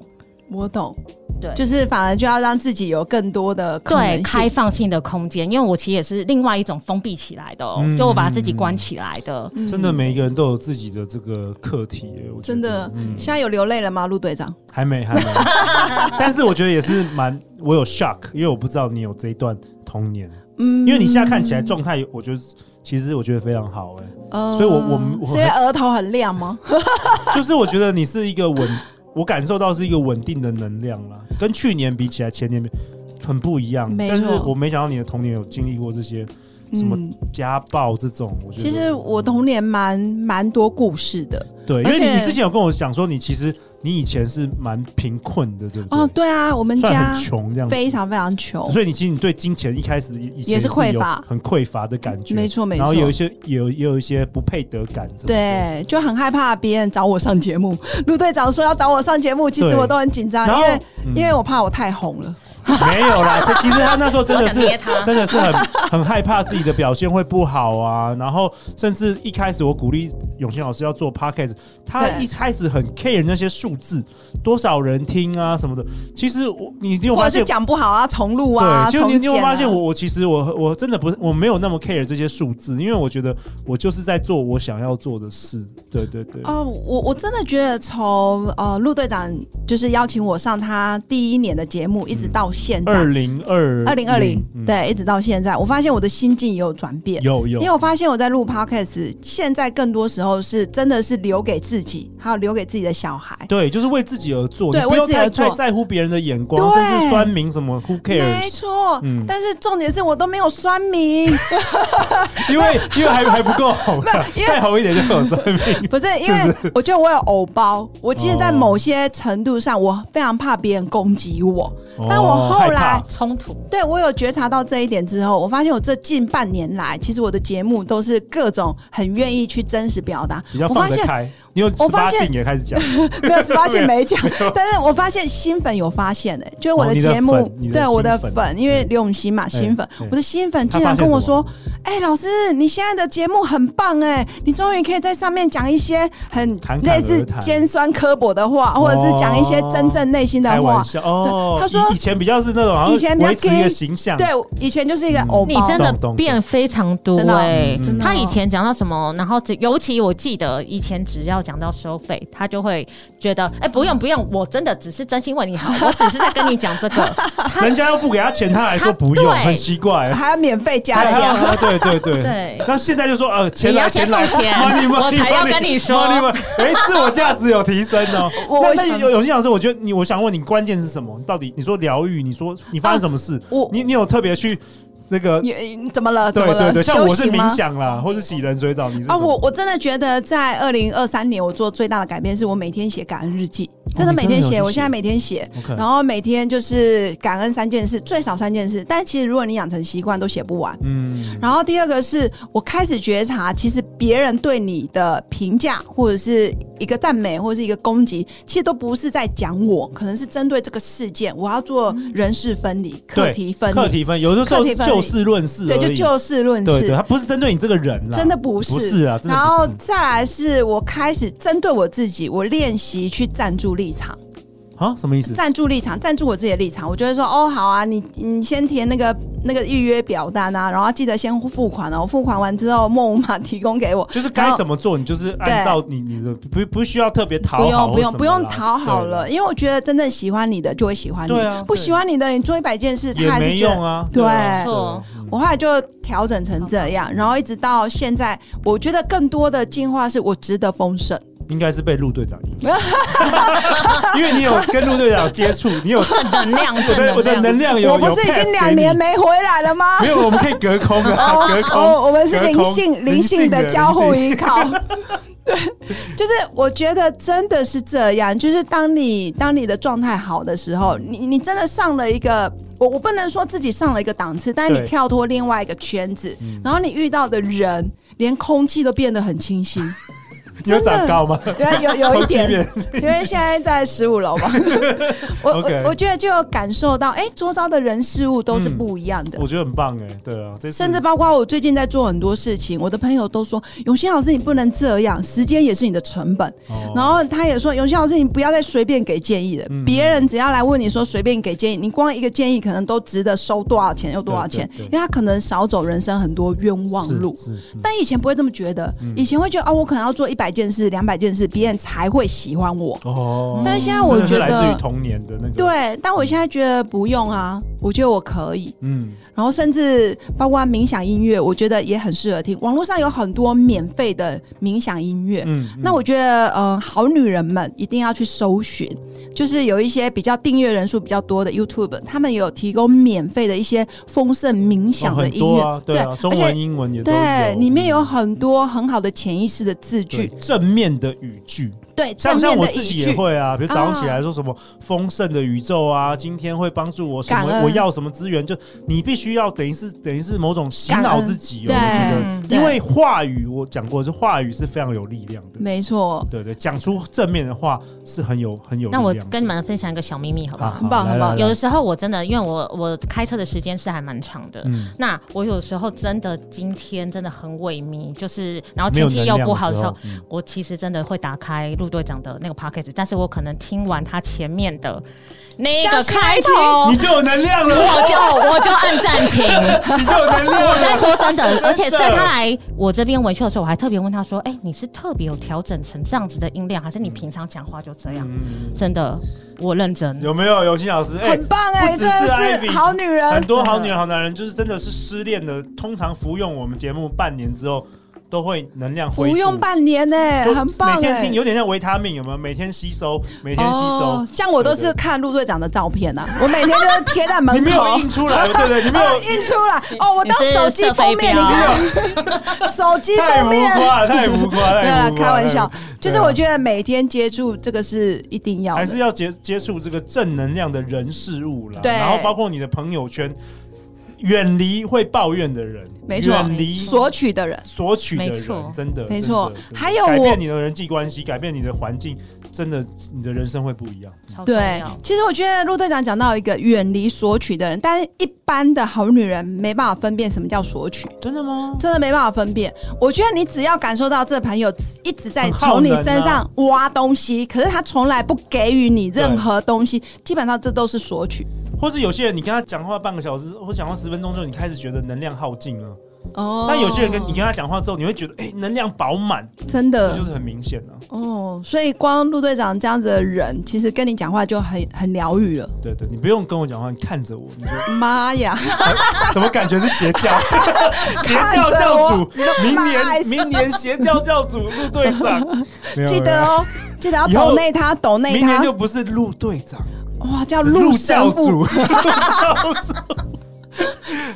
Speaker 2: 我懂，
Speaker 3: 对
Speaker 2: 就是反而就要让自己有更多的可能
Speaker 3: 对
Speaker 2: 性
Speaker 3: 开放性的空间，因为我其实也是另外一种封闭起来的、哦，
Speaker 1: 嗯
Speaker 3: 就我把自己关起来的。
Speaker 1: 真的每一个人都有自己的这个课题耶，我觉
Speaker 2: 嗯真
Speaker 1: 得
Speaker 2: 的，现在有流泪了吗，陆队长？
Speaker 1: 还没
Speaker 2: (laughs)
Speaker 1: 还没，但是我觉得也是蛮，我有 shock，因为我不知道你有这一段童年，
Speaker 2: 嗯
Speaker 1: 因为你现在看起来状态，我觉得其实我觉得非常好哎，
Speaker 2: 嗯
Speaker 1: 所以我我们我
Speaker 2: 所以额头很亮吗？
Speaker 1: 就是我觉得你是一个稳，我感受到是一个稳定的能量啦，跟去年比起来，前年比很不一样，
Speaker 2: 没
Speaker 1: 但
Speaker 2: 错
Speaker 1: 是我没想到你的童年有经历过这些什么
Speaker 2: 嗯，
Speaker 1: 家暴这种，我觉得
Speaker 2: 其实我童年蛮蛮多故事的
Speaker 1: 对，因
Speaker 2: 而
Speaker 1: 为你
Speaker 2: 且
Speaker 1: 你之前有跟我讲说，你其实你以前是蛮贫困的，对不对？
Speaker 2: 哦。对啊，我们
Speaker 1: 算
Speaker 2: 家
Speaker 1: 很穷这样子，
Speaker 2: 非常非常穷，
Speaker 1: 所以你其实你对金钱一开始以以前
Speaker 2: 也是匮
Speaker 1: 有
Speaker 2: 乏
Speaker 1: 很匮乏的感觉，
Speaker 2: 没错没
Speaker 1: 然后
Speaker 2: 错。
Speaker 1: 有一些有也有一些不配得感，怎么的。
Speaker 2: 对，就很害怕别人找我上节目。 (laughs) 陆队长说要找我上节目，其实
Speaker 1: 对
Speaker 2: 我都很紧张，
Speaker 1: 然
Speaker 2: 因
Speaker 1: 后
Speaker 2: 为、
Speaker 1: 嗯
Speaker 2: 因为我怕我太红了。
Speaker 1: 没有
Speaker 2: (laughs)
Speaker 1: 啦，他其实他那时候真的
Speaker 3: 我想捏
Speaker 1: 是
Speaker 3: 他
Speaker 1: 真的是很很害怕自己的表现会不好啊，然后甚至一开始我鼓励永兴老师要做 podcast，他
Speaker 2: 对
Speaker 1: 一开始很 care 那些数字，多少人听啊什么的。其实我你你有
Speaker 2: 或
Speaker 1: 发
Speaker 2: 者是
Speaker 1: 现
Speaker 2: 讲不好啊，重录啊，
Speaker 1: 对，就你
Speaker 2: 重
Speaker 1: 你
Speaker 2: 剪
Speaker 1: 有没
Speaker 2: 啊。
Speaker 1: 有发现我我其实我我真的不是我没有那么 care 这些数字，因为我觉得我就是在做我想要做的事。对对对，
Speaker 2: 哦，我我真的觉得从呃陆队长就是邀请我上他第一年的节目，一直到现在
Speaker 1: 二零二
Speaker 2: 二零二零
Speaker 1: 嗯，
Speaker 2: 对，一直到现在，我发现我的心境也有转变。
Speaker 1: 有
Speaker 2: 因为我
Speaker 1: 有
Speaker 2: 发现我在录 podcast，现在更多时候是真的是留给自己，还有留给自己的小孩。
Speaker 1: 对，就是为自己而做，
Speaker 2: 对
Speaker 1: 你不用
Speaker 2: 为自己而
Speaker 1: 太
Speaker 2: 做
Speaker 1: 太在乎别人的眼光，
Speaker 2: 对
Speaker 1: 甚至酸民什么，Who
Speaker 2: 没
Speaker 1: cares？
Speaker 2: 错，
Speaker 1: 嗯
Speaker 2: 但是重点是我都没有酸
Speaker 1: (laughs)
Speaker 2: 民，
Speaker 1: 因为因为还还不够红啊，
Speaker 2: 因为
Speaker 1: 再红一点就会有酸
Speaker 2: (laughs)
Speaker 1: 民。
Speaker 2: 不是因为我觉得我有偶包，我其实，在某些程度上，我非常怕别人攻击我。但我后来
Speaker 1: 哦
Speaker 3: 冲突，
Speaker 2: 对我有觉察到这一点之后，我发现我这近半年来，其实我的节目都是各种很愿意去真实表达
Speaker 1: 比较。
Speaker 2: 我
Speaker 1: 放
Speaker 2: 发
Speaker 1: 得
Speaker 2: 现
Speaker 1: 开，你有十
Speaker 2: 我
Speaker 1: 八
Speaker 2: 发现
Speaker 1: 禁也开始
Speaker 2: (laughs)
Speaker 1: 讲，
Speaker 2: 没有十八禁没讲， (laughs) 但是我发现新粉有发现哎、就是我
Speaker 1: 哦
Speaker 2: 的
Speaker 1: 你的
Speaker 2: 节目，
Speaker 1: 粉你的
Speaker 2: 对我的
Speaker 1: 新粉哎
Speaker 2: 粉，因为刘永新嘛，新粉
Speaker 1: 对，
Speaker 2: 我的新粉
Speaker 1: 他
Speaker 2: 竟然
Speaker 1: 发现
Speaker 2: 跟我
Speaker 1: 什么
Speaker 2: 说，哎、老师，你现在的节目很棒哎、你终于可以在上面讲一些很
Speaker 1: 侃侃
Speaker 2: 类
Speaker 1: 而
Speaker 2: 似
Speaker 1: 谈
Speaker 2: 尖酸刻薄的话，或者是讲一些真正内心的
Speaker 1: 开
Speaker 2: 话
Speaker 1: 玩。笑哦。
Speaker 2: 对他说
Speaker 1: 以以前比较是那种，好像
Speaker 2: 以前比较
Speaker 1: 维持一个
Speaker 2: gay，
Speaker 1: 形象，
Speaker 2: 对，以前就是
Speaker 1: 嗯
Speaker 2: 一个偶
Speaker 3: 你
Speaker 2: 包，
Speaker 3: 真
Speaker 1: 懂
Speaker 3: 的
Speaker 1: 懂懂
Speaker 3: 变非常多
Speaker 2: 真的哦
Speaker 3: 哎、
Speaker 1: 嗯真
Speaker 2: 的哦
Speaker 3: 他以前讲到什么，然后只尤其我记得以前只要讲到收费，他就会觉得哎、不用不用，我真的只是真心为你好，我只是在跟你讲这个。他
Speaker 1: 人家要付给他钱，他还说不用，
Speaker 3: 对
Speaker 1: 很奇怪。
Speaker 2: 还要免费加
Speaker 1: 对
Speaker 2: 价。
Speaker 1: 啊对对对
Speaker 3: 对
Speaker 1: 那现在就说呃，钱
Speaker 3: 你
Speaker 1: 来
Speaker 3: 要先
Speaker 1: 来
Speaker 3: 付钱
Speaker 1: (laughs) money, money,
Speaker 3: 我才要
Speaker 1: money,
Speaker 3: 跟你说
Speaker 1: money, money 哎，自我价值有提升哦。
Speaker 2: (laughs) 我
Speaker 1: 那
Speaker 2: 我
Speaker 1: 那
Speaker 2: 想
Speaker 1: 有有些老师，我觉得你，我想问你，关键是什么？到底你说疗愈，你说你发生什么事？
Speaker 2: 我
Speaker 1: 你你有特别去那个？
Speaker 2: 你你怎么了？怎
Speaker 1: 对
Speaker 2: 么了？
Speaker 1: 对对，像我
Speaker 2: 休
Speaker 1: 是
Speaker 2: 息吗
Speaker 1: 冥想啦，或是洗冷水澡，你是
Speaker 2: 啊，
Speaker 1: 什么
Speaker 2: 我我真的觉得在二零二三年，我做最大的改变是我每天写感恩日记。真的
Speaker 1: 哦你
Speaker 2: 每天
Speaker 1: 有
Speaker 2: 写，
Speaker 1: 去嗯
Speaker 2: 我现在每天写，
Speaker 1: OK，
Speaker 2: 然后每天就是感恩三件事，最少三件事。但其实如果你养成习惯，都写不完。
Speaker 1: 嗯，
Speaker 2: 然后第二个是我开始觉察，其实别人对你的评价或者是一个赞美或者是一个攻击，其实都不是在讲我，可能是针对这个事件，我要做人事分离、课题分
Speaker 1: 课
Speaker 2: 离，
Speaker 1: 题分，有的时候
Speaker 2: 课题
Speaker 1: 是
Speaker 2: 分离
Speaker 1: 就事论事而
Speaker 2: 对，
Speaker 1: 已，
Speaker 2: 就就事论
Speaker 1: 对对，
Speaker 2: 事。
Speaker 1: 他不是针对你这个人啦，
Speaker 2: 真的不是，
Speaker 1: 不是啊，真的
Speaker 2: 然后
Speaker 1: 不是
Speaker 2: 再来是我开始针对我自己，我练习去站住立场。
Speaker 1: 啊，什么意思？
Speaker 2: 站住立场，站住我自己的立场，我就会说哦，好啊，你你先填那个那个预约表单啊，然后记得先付款哦，付款完之后，莫五马提供给我，
Speaker 1: 就是该怎么做，你就是按照你你的，不不需要特别讨好
Speaker 2: 不
Speaker 1: 或什么啦，
Speaker 2: 用不用不用讨好了，
Speaker 1: 对，
Speaker 2: 因为我觉得真正喜欢你的就会喜欢你，
Speaker 1: 对啊
Speaker 2: 不
Speaker 1: 对
Speaker 2: 喜欢你的你做一百件事，他
Speaker 1: 也
Speaker 2: 还是
Speaker 1: 没
Speaker 2: 觉
Speaker 1: 用
Speaker 2: 得。
Speaker 1: 啊，
Speaker 2: 对
Speaker 1: 啊
Speaker 3: 没错，
Speaker 1: 嗯
Speaker 2: 我后来就调整成这样，然后一直到现在，我觉得更多的进化是我值得丰盛。
Speaker 1: 应该是被陆队长影
Speaker 2: (laughs)
Speaker 1: 响，因为你有跟陆队长接触，
Speaker 2: (laughs)
Speaker 1: 你有
Speaker 3: 正能
Speaker 1: (laughs)
Speaker 3: 量，
Speaker 1: 我
Speaker 3: 正
Speaker 1: 的我的
Speaker 3: 能量。
Speaker 1: 能量有，
Speaker 2: 我不是
Speaker 1: 有
Speaker 2: 已
Speaker 1: pass
Speaker 2: 经
Speaker 1: 给
Speaker 2: 两
Speaker 1: 你
Speaker 2: 年没回来了
Speaker 1: (laughs)
Speaker 2: 吗？
Speaker 1: 没有，我们可以隔空
Speaker 2: 哦
Speaker 1: 啊，隔空。
Speaker 2: 哦，我们是
Speaker 1: 隔空
Speaker 2: 灵性
Speaker 1: 灵
Speaker 2: 灵性的
Speaker 1: 性的
Speaker 2: 交互
Speaker 1: 灵
Speaker 2: 依靠。
Speaker 1: (laughs)
Speaker 2: 对，就是我觉得真的是这样，就是当你当你的状态好的时候，你你真的上了一个，我我不能说自己上了一个档次，但是你
Speaker 1: 对嗯
Speaker 2: 跳脱另外一个圈子，然后你遇到的人，连空气都变得很
Speaker 1: (laughs)
Speaker 2: 清新。
Speaker 1: 你有长高吗？
Speaker 2: 对，有有一点
Speaker 1: 空气，变
Speaker 2: 因为现在在十五楼嘛，我
Speaker 1: OK
Speaker 2: 我我觉得就有感受到，哎、周遭的人事物都是
Speaker 1: 嗯
Speaker 2: 不一样的。
Speaker 1: 我觉得很棒哎，对啊，这次
Speaker 2: 甚至包括我最近在做很多事情，我的朋友都说永新老师你不能这样，时间也是你的成本。
Speaker 1: 哦
Speaker 2: 然后他也说永新老师你不要再随便给建议了，
Speaker 1: 嗯
Speaker 2: 别人只要来问你说随便给建议，你光一个建议可能都值得收多少钱又多少钱
Speaker 1: 对对，对
Speaker 2: 因为他可能少走人生很多冤枉路。
Speaker 1: 是嗯是嗯
Speaker 2: 但以前不会这么觉得，以前会觉得哦，我可能要做一百件事、两百件事，别人才会喜欢我。
Speaker 1: 哦，
Speaker 2: 但是现在我觉
Speaker 1: 真的是来自于
Speaker 2: 得，
Speaker 1: 童年的那个，，
Speaker 2: 对，但我现在觉得不用啊，我觉得我可以。
Speaker 1: 嗯，
Speaker 2: 然后甚至包括冥想音乐，我觉得也很适合听。网络上有很多免费的冥想音乐，
Speaker 1: 嗯，
Speaker 2: 那我觉得，呃，好女人们一定要去搜寻，就是有一些比较订阅人数比较多的 YouTube，他们有提供免费的一些丰盛冥
Speaker 1: 哦
Speaker 2: 想的
Speaker 1: 很
Speaker 2: 音
Speaker 1: 多
Speaker 2: 乐，
Speaker 1: 啊，对啊，中
Speaker 2: 而
Speaker 1: 文、
Speaker 2: 且
Speaker 1: 英文也都
Speaker 2: 对里面有
Speaker 1: 嗯
Speaker 2: 很多很好的潜意识的字
Speaker 1: 对
Speaker 2: 句，
Speaker 1: 正面的语句，
Speaker 2: 对
Speaker 1: 像
Speaker 2: 正
Speaker 1: 像
Speaker 2: 面
Speaker 1: 我
Speaker 2: 的
Speaker 1: 自己
Speaker 2: 一
Speaker 1: 也
Speaker 2: 句。
Speaker 1: 会啊，比如早上
Speaker 2: 啊
Speaker 1: 起来说什么丰盛的宇宙啊，今天会帮助我什
Speaker 2: 感
Speaker 1: 么，
Speaker 2: 恩
Speaker 1: 我要什么资源，就你必须要等于是等于是某种洗
Speaker 2: 感
Speaker 1: 脑
Speaker 2: 恩
Speaker 1: 自己哦，
Speaker 2: 对
Speaker 1: 我觉得，
Speaker 2: 对
Speaker 1: 因为话语我讲过，就话语是非常有力量的，
Speaker 2: 没错，
Speaker 1: 对对，讲出正面的话是很有很有力
Speaker 3: 那
Speaker 1: 量
Speaker 3: 我
Speaker 1: 的。啊
Speaker 3: 跟你们分享一个小秘密，好不
Speaker 1: 好
Speaker 3: 好？
Speaker 2: 很棒
Speaker 1: 来
Speaker 2: 很棒
Speaker 1: 来来
Speaker 3: 有的时候我真的，因为我我开车的时间是还蛮长的。
Speaker 1: 嗯，
Speaker 3: 那我有时候真的今天真的很萎靡，就是然后
Speaker 1: 没有
Speaker 3: 天气
Speaker 1: 能
Speaker 3: 又
Speaker 1: 量
Speaker 3: 不
Speaker 1: 的
Speaker 3: 好的时候，，
Speaker 1: 嗯
Speaker 3: 我其实真的会打开陆队长的那个 p o c k e t 但是我可能听完他前面的那个
Speaker 2: 像是
Speaker 3: 开头
Speaker 1: 你，就有能量了，
Speaker 3: 我就我就按暂停。
Speaker 1: (laughs) 你就有能量
Speaker 3: 我在
Speaker 1: 了。
Speaker 3: 说真的，而且所以他来我这边维修的时候，我还特别问他说：“哎、你是特别有调整成这样子的音量，还是你平常讲话就这样？”
Speaker 1: 嗯，
Speaker 3: 真的，我认真。
Speaker 1: 有没有尤欣老师？哎
Speaker 2: 很，棒哎、
Speaker 1: 不只
Speaker 2: 真
Speaker 1: 是
Speaker 2: 的是
Speaker 1: Ivy，
Speaker 2: 好女人
Speaker 1: 很。多好女人、好男人，就是真的是失恋的，通常服用我们节目半年之后，都会能量
Speaker 2: 服
Speaker 1: 恢复。
Speaker 2: 用半年呢、
Speaker 1: 就
Speaker 2: 很棒
Speaker 1: 每
Speaker 2: 哎、
Speaker 1: 天听有点像维他命，有没有？每天吸收，每天吸收
Speaker 2: 哦。，像我都是看陆队长的照片呐、啊，我每天都是贴在门
Speaker 1: (laughs) 你
Speaker 2: 口，
Speaker 1: 没有印出来，对不对？你没有
Speaker 2: (laughs) 哦印出来哦，我当
Speaker 3: 你是
Speaker 2: 手机
Speaker 3: 射飞
Speaker 2: 封面，
Speaker 3: 镖啊
Speaker 2: 你看 (laughs) 手机
Speaker 1: 太
Speaker 2: 封
Speaker 1: 浮
Speaker 2: 面，
Speaker 1: 夸了，太浮夸了，
Speaker 2: 没有
Speaker 1: 太
Speaker 2: 啦，
Speaker 1: 浮夸
Speaker 2: 开
Speaker 1: 了
Speaker 2: 玩笑，，就是我
Speaker 1: (laughs) 对啊
Speaker 2: 觉得每天接触这个是一定要
Speaker 1: 还
Speaker 2: 的
Speaker 1: 是。要接接触这个正能量的人事物啦。
Speaker 2: 对
Speaker 1: 然后包括你的朋友圈，远离会抱怨的人，
Speaker 2: 没错
Speaker 1: 远离
Speaker 2: 索取的人，
Speaker 1: 索取的
Speaker 3: 没错
Speaker 1: 人，真的
Speaker 2: 没错
Speaker 1: 真的真的
Speaker 2: 还有
Speaker 1: 改
Speaker 2: 我
Speaker 1: 变你的人际关系，改变你的环境，真的你的人生会不一哦样。
Speaker 3: 超重
Speaker 2: 对
Speaker 3: 要，
Speaker 2: 其实我觉得陆队长讲到一个远离索取的人，但是一般的好女人没办法分辨什么叫索取，
Speaker 1: 真的吗？
Speaker 2: 真的没办法分辨。我觉得你只要感受到这朋友一直在
Speaker 1: 很耗
Speaker 2: 从你
Speaker 1: 能啊
Speaker 2: 身上挖东西，可是他从来不给予你任
Speaker 1: 对
Speaker 2: 何东西，基本上这都是索取。
Speaker 1: 或是有些人，你跟他讲话半个小时，或讲话十分钟之后，你开始觉得能量耗尽了。
Speaker 2: 哦
Speaker 1: 但有些人跟你跟他讲话之后，你会觉得哎、能量饱满，
Speaker 2: 真的
Speaker 1: 这就是很明显啊。
Speaker 2: 哦，所以光陆队长这样子的人，其实跟你讲话就很很疗愈了。
Speaker 1: 对对，你不用跟我讲话，你看着我，你就
Speaker 2: 妈呀，
Speaker 1: 怎么感觉是邪
Speaker 2: (laughs)
Speaker 1: 教？邪教教主，明年明年邪教教主陆队长，
Speaker 2: (laughs)
Speaker 1: 没有
Speaker 2: 哎记得，哦，记得要
Speaker 1: 以后
Speaker 2: 抖内他，抖
Speaker 1: 没有
Speaker 2: 内
Speaker 1: 明年
Speaker 2: 他，
Speaker 1: 就不是陆队长，
Speaker 2: 哇，叫
Speaker 1: 是
Speaker 2: 陆
Speaker 1: 教
Speaker 2: 神父
Speaker 1: 主，，陆教
Speaker 2: (laughs)
Speaker 1: 主。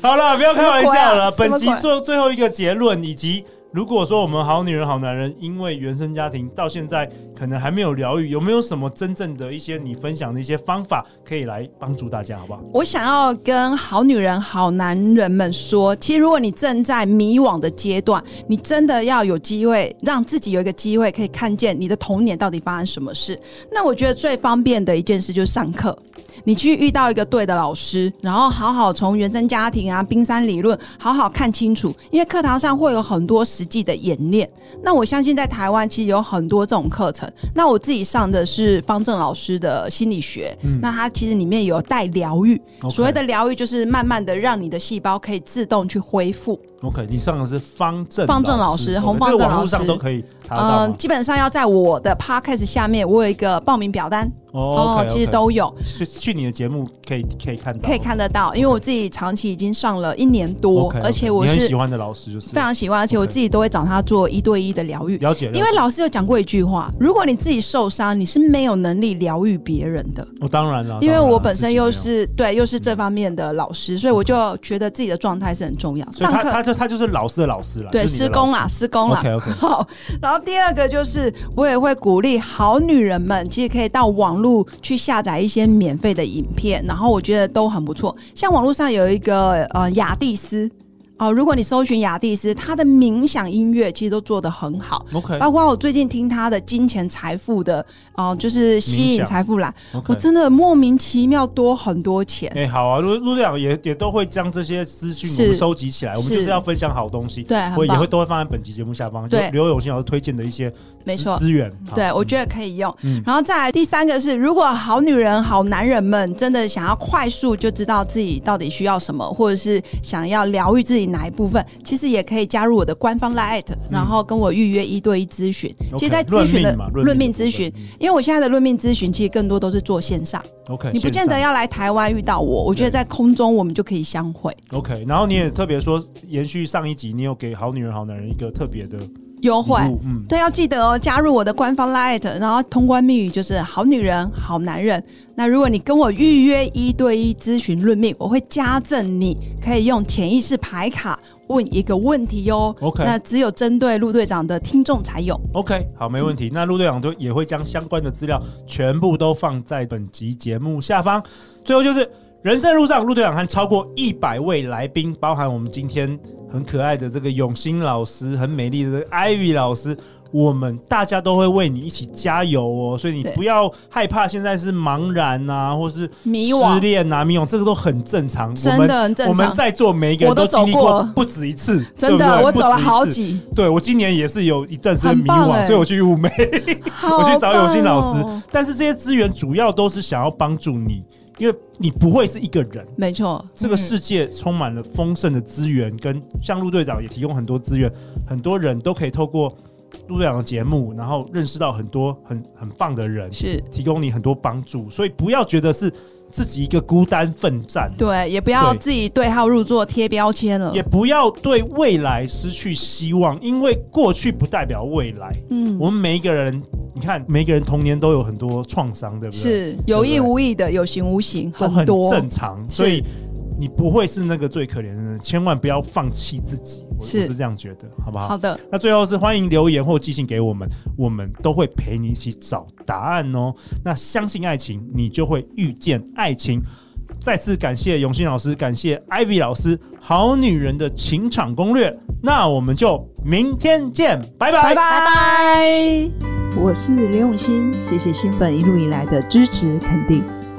Speaker 1: 好了，不要开玩笑了。
Speaker 2: 什么鬼啊
Speaker 1: 本集
Speaker 2: 什么鬼
Speaker 1: 做最后一个结论，以及如果说我们好女人、好男人，因为原生家庭到现在可能还没有疗愈，有没有什么真正的一些你分享的一些方法可以来帮助大家，好不好？
Speaker 2: 我想要跟好女人、好男人们说，其实如果你正在迷惘的阶段，你真的要有机会让自己有一个机会可以看见你的童年到底发生什么事。那我觉得最方便的一件事就是上课。你去遇到一个对的老师，然后好好从原生家庭啊、冰山理论好好看清楚，因为课堂上会有很多实际的演练。那我相信在台湾其实有很多这种课程。那我自己上的是方正老师的心理学，那它其实里面有带疗愈。
Speaker 1: 嗯 OK
Speaker 2: 所谓的疗愈就是慢慢的让你的细胞可以自动去恢复。
Speaker 1: OK，你上的是方正
Speaker 2: 方正老师洪方正
Speaker 1: 这个网
Speaker 2: 老
Speaker 1: 络上
Speaker 2: 师
Speaker 1: 都可以查得到吗。
Speaker 2: 嗯基本上要在我的 podcast 下面，我有一个报名表单
Speaker 1: 哦，OK，
Speaker 2: 其实
Speaker 1: OK
Speaker 2: 都有。
Speaker 1: 去去你的节目可以可以看到，
Speaker 2: 可以看得到，因为我自己长期已经上了一年多
Speaker 1: OK，OK，
Speaker 2: 而且我
Speaker 1: 你很
Speaker 2: 是
Speaker 1: 喜欢的老师就是
Speaker 2: 非常喜欢，而且我
Speaker 1: OK
Speaker 2: 自己都会找他做一对一的疗愈。
Speaker 1: 了解，了解
Speaker 2: 因为老师有讲过一句话：，如果你自己受伤，你是没有能力疗愈别人的。
Speaker 1: 我哦当然了，
Speaker 2: 因为
Speaker 1: 啊当然
Speaker 2: 我
Speaker 1: 啦
Speaker 2: 本身又。
Speaker 1: 自己没有嗯
Speaker 2: 是对，又是这方面的老师，所以我就觉得自己的状态是很重要。
Speaker 1: 所以
Speaker 2: 上
Speaker 1: 他
Speaker 2: 课
Speaker 1: 他就他就是老师的老师了，
Speaker 2: 对啊
Speaker 1: 就是你
Speaker 2: 施
Speaker 1: 的老
Speaker 2: 工
Speaker 1: 师
Speaker 2: 啦，施工啦。
Speaker 1: OK，OK
Speaker 2: (laughs) 好，然后第二个就是，我也会鼓励好女人们，其实可以到网络去下载一些免费的影片，然后我觉得都很不错。像网络上有一个呃雅蒂斯哦、如果你搜寻雅蒂斯，她的冥想音乐其实都做得很好。
Speaker 1: OK，
Speaker 2: 包括我最近听她的金钱财富的，哦、就是吸
Speaker 1: 冥
Speaker 2: 引
Speaker 1: 想
Speaker 2: 财富啦，
Speaker 1: OK
Speaker 2: 我真的莫名其妙多很多钱。
Speaker 1: 哎、好啊，陆陆队长也也都会将这些资讯
Speaker 2: 是
Speaker 1: 我们收集起来，我们就是
Speaker 2: 是
Speaker 1: 要分享好东西，
Speaker 2: 对很
Speaker 1: 我也
Speaker 2: 棒
Speaker 1: 会都会放在本集节目下方，
Speaker 2: 对
Speaker 1: 刘刘永新老师推荐的一些
Speaker 2: 没
Speaker 1: 资
Speaker 2: 错
Speaker 1: 资源，好
Speaker 2: 对，我觉得可以用。
Speaker 1: 嗯
Speaker 2: 然后再来第三个是，如果好女人、好男人们真的想要快速就知道自己到底需要什么，或者是想要疗愈自己哪一部分，其实也可以加入我的官方 Line，然后跟我预约一对一咨询。
Speaker 1: 嗯 OK，
Speaker 2: 其实，在咨询的
Speaker 1: 论命嘛论
Speaker 2: 论
Speaker 1: 命的
Speaker 2: 命
Speaker 1: 部分嗯
Speaker 2: 咨询，因为我现在的论命咨询其实更多都是做线上，
Speaker 1: OK，
Speaker 2: 你不见得要来台湾遇到我，我觉得在空中我们就可以相会。
Speaker 1: 线上 OK，然后你也特别说，延续上一集，你有给好女人好男人一个特别的
Speaker 2: 优惠
Speaker 1: 礼物，嗯，
Speaker 2: 对，要记得哦，加入我的官方 Lite，然后通关密语就是“好女人，好男人”。那如果你跟我预约一对一咨询论命，我会加赠你可以用潜意识牌卡问一个问题哟、
Speaker 1: OK
Speaker 2: 那只有针对陆队长的听众才有。
Speaker 1: OK，好，没问题。那陆队长都也会将相关的资料全部都放在本集节目下方。最后就是人生路上，陆队长和超过一百位来宾，包含我们今天很可爱的这个永兴老师，很美丽的这个 Ivy 老师。我们大家都会为你一起加油哦，所以你
Speaker 2: 对
Speaker 1: 不要害怕，现在是茫然啊，或是
Speaker 2: 迷惘
Speaker 1: 失恋啊、迷惘，这个都很正常。
Speaker 2: 真
Speaker 1: 我们
Speaker 2: 的很正常
Speaker 1: 我们在座每一个人
Speaker 2: 我都
Speaker 1: 经历
Speaker 2: 走过
Speaker 1: 过
Speaker 2: 了
Speaker 1: 不止一次，对不
Speaker 2: 真的，
Speaker 1: 对
Speaker 2: 我走了好。
Speaker 1: 不止一次
Speaker 2: 几，
Speaker 1: 对我今年也是有一阵子的迷
Speaker 2: 很棒
Speaker 1: 惘，
Speaker 2: 欸
Speaker 1: 所以我去雾眉，
Speaker 2: 好
Speaker 1: (laughs) 我去找有心老
Speaker 2: 棒
Speaker 1: 师
Speaker 2: 哦。
Speaker 1: 但是这些资源主要都是想要帮助你，因为你不会是一个人。
Speaker 2: (laughs) 没错，
Speaker 1: 这个世界充满了丰盛的资源，跟像陆队长也提供很多资源，很多人都可以透过陆队长的节目，然后认识到很多很很棒的人，
Speaker 2: 是
Speaker 1: 提供你很多帮助。所以不要觉得是自己一个孤单奋战，
Speaker 2: 对，也不要
Speaker 1: 对
Speaker 2: 自己对号入座贴标签了
Speaker 1: 也。不要对未来失去希望，因为过去不代表未来。
Speaker 2: 嗯，
Speaker 1: 我们每一个人，你看，每一个人童年都有很多创伤，对不对？
Speaker 2: 是有意
Speaker 1: 对不对
Speaker 2: 无意的，有形无形，
Speaker 1: 都
Speaker 2: 很多
Speaker 1: 正常，所以你不会是那个最可怜的人，千万不要放弃自己。我我
Speaker 2: 是
Speaker 1: 是这样觉得，好不好？
Speaker 2: 好的，
Speaker 1: 那最后是欢迎留言或寄信给我们，我们都会陪你一起找答案哦。那相信爱情，你就会遇见爱情。再次感谢永新老师，感谢 Ivy 老师，《好女人的情场攻略》。那我们就明天见，拜拜
Speaker 2: 拜拜
Speaker 4: 我是刘永新，谢谢新粉一路以来的支持肯定。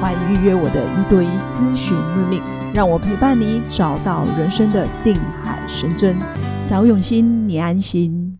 Speaker 4: 欢迎预约我的一对一咨询任命，让我陪伴你找到人生的定海神针。找永新，你安心。